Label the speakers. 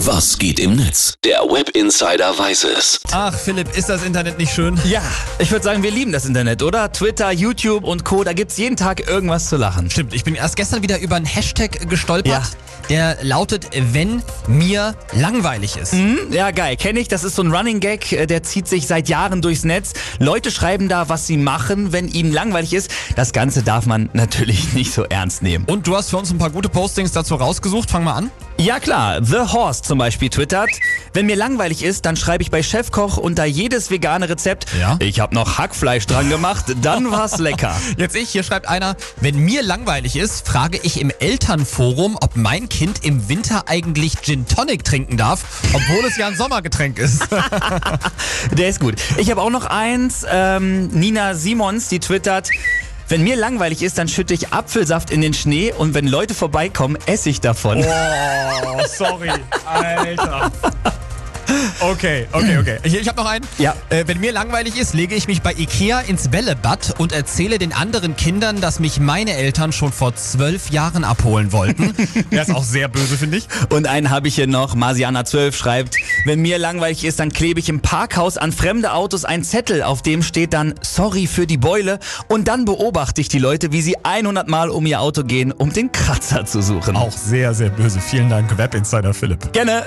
Speaker 1: Was geht im Netz? Der Web Insider weiß es.
Speaker 2: Ach, Philipp, ist das Internet nicht schön?
Speaker 3: Ja, ich würde sagen, wir lieben das Internet, oder? Twitter, YouTube und Co. Da gibt's jeden Tag irgendwas zu lachen.
Speaker 2: Stimmt, ich bin erst gestern wieder über einen Hashtag gestolpert, der lautet, wenn mir langweilig ist.
Speaker 3: Hm? Ja, geil. Kenne ich. Das ist so ein Running Gag, äh, der zieht sich seit Jahren durchs Netz. Leute schreiben da, was sie machen, wenn ihnen langweilig ist. Das Ganze darf man natürlich nicht so ernst nehmen.
Speaker 2: Und du hast für uns ein paar gute Postings dazu rausgesucht. Fang mal an.
Speaker 3: Ja klar, The Horst zum Beispiel twittert, wenn mir langweilig ist, dann schreibe ich bei Chefkoch unter jedes vegane Rezept,
Speaker 2: Ja.
Speaker 3: ich habe noch Hackfleisch dran gemacht, dann war's lecker.
Speaker 2: Jetzt ich, hier schreibt einer, wenn mir langweilig ist, frage ich im Elternforum, ob mein Kind im Winter eigentlich Gin Tonic trinken darf, obwohl es ja ein Sommergetränk ist.
Speaker 3: Der ist gut. Ich habe auch noch eins, ähm, Nina Simons, die twittert, wenn mir langweilig ist, dann schütte ich Apfelsaft in den Schnee und wenn Leute vorbeikommen, esse ich davon.
Speaker 2: Oh, sorry, Alter. Okay, okay, okay. Ich, ich habe noch einen.
Speaker 3: Ja.
Speaker 2: Äh, wenn mir langweilig ist, lege ich mich bei Ikea ins Bällebad und erzähle den anderen Kindern, dass mich meine Eltern schon vor zwölf Jahren abholen wollten. Der ist auch sehr böse, finde ich.
Speaker 3: Und einen habe ich hier noch, Marsiana12 schreibt, wenn mir langweilig ist, dann klebe ich im Parkhaus an fremde Autos einen Zettel, auf dem steht dann Sorry für die Beule und dann beobachte ich die Leute, wie sie 100 Mal um ihr Auto gehen, um den Kratzer zu suchen.
Speaker 2: Auch sehr, sehr böse. Vielen Dank, Webinsider Philipp.
Speaker 3: Gerne.